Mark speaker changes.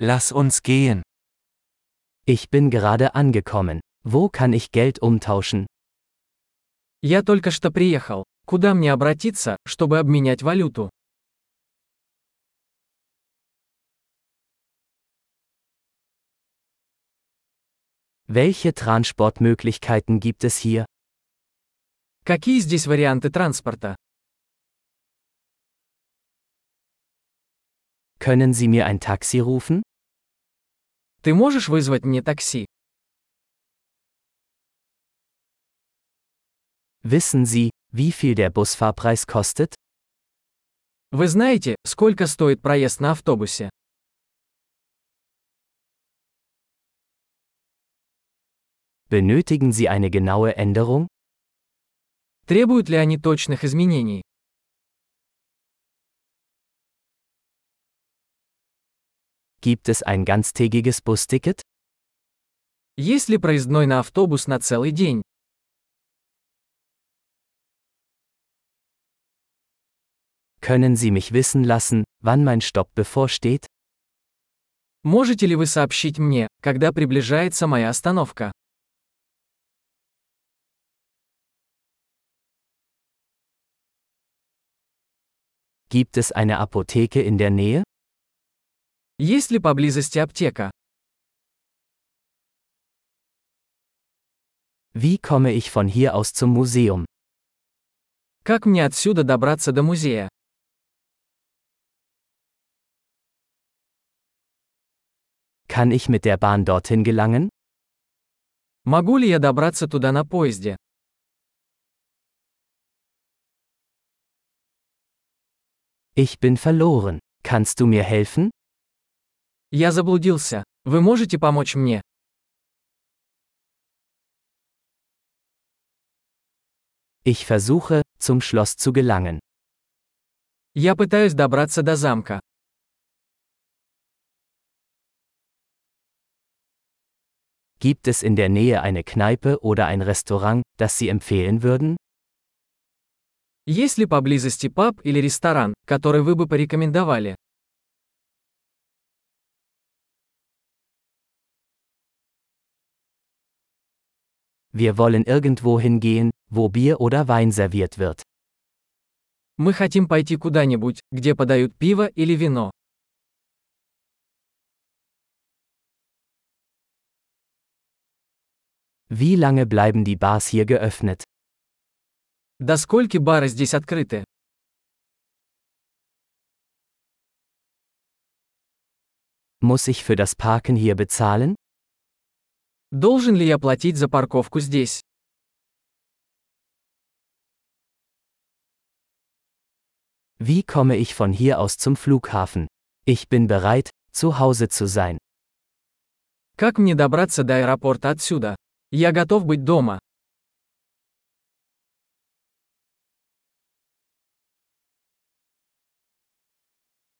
Speaker 1: Lass uns gehen.
Speaker 2: Ich bin gerade angekommen. Wo kann ich Geld umtauschen?
Speaker 3: Я только что приехал. Куда мне обратиться, чтобы обменять валюту?
Speaker 2: Welche Transportmöglichkeiten gibt es hier?
Speaker 3: Какие здесь варианты транспорта?
Speaker 2: Können Sie mir ein Taxi rufen?
Speaker 3: Ты можешь вызвать мне такси?
Speaker 2: Wissen Sie, wie viel der Busfahrpreis kostet?
Speaker 3: Вы знаете, сколько стоит проезд на автобусе?
Speaker 2: Benötigen Sie eine genaue Änderung?
Speaker 3: Требуют ли они точных изменений?
Speaker 2: Gibt es ein ganztägiges Busticket?
Speaker 3: Есть ли проездной на автобус на целый день?
Speaker 2: Können Sie mich wissen lassen, wann mein Stopp bevorsteht?
Speaker 3: Можете ли вы сообщить мне, когда приближается моя остановка?
Speaker 2: Gibt es eine Apotheke in der Nähe?
Speaker 3: Есть ли поблизости аптека?
Speaker 2: Wie komme ich von hier aus zum Museum?
Speaker 3: Как мне отсюда добраться до музея?
Speaker 2: Kann ich mit der Bahn dorthin gelangen?
Speaker 3: Могу ли я добраться туда на поезде?
Speaker 2: Ich bin verloren. Kannst du mir helfen?
Speaker 3: Я заблудился. Вы можете помочь мне?
Speaker 2: Ich versuche, zum Schloss zu gelangen.
Speaker 3: Я пытаюсь добраться до замка.
Speaker 2: Gibt es in der Nähe eine Kneipe oder ein Restaurant, das Sie empfehlen würden?
Speaker 3: Есть ли поблизости паб или ресторан, который вы бы порекомендовали?
Speaker 2: Wir wollen irgendwo hingehen, wo Bier oder Wein serviert wird.
Speaker 3: Мы хотим пойти куда-нибудь, где подают пиво или вино.
Speaker 2: Wie lange bleiben die Bars hier geöffnet?
Speaker 3: До скольки бары здесь открыты?
Speaker 2: Muss ich für das Parken hier bezahlen?
Speaker 3: Должен ли я платить за парковку здесь?
Speaker 2: Wie komme ich von hier aus zum Flughafen? Ich bin bereit, zu Hause zu sein.
Speaker 3: Как мне добраться до аэропорта отсюда? Я готов быть дома.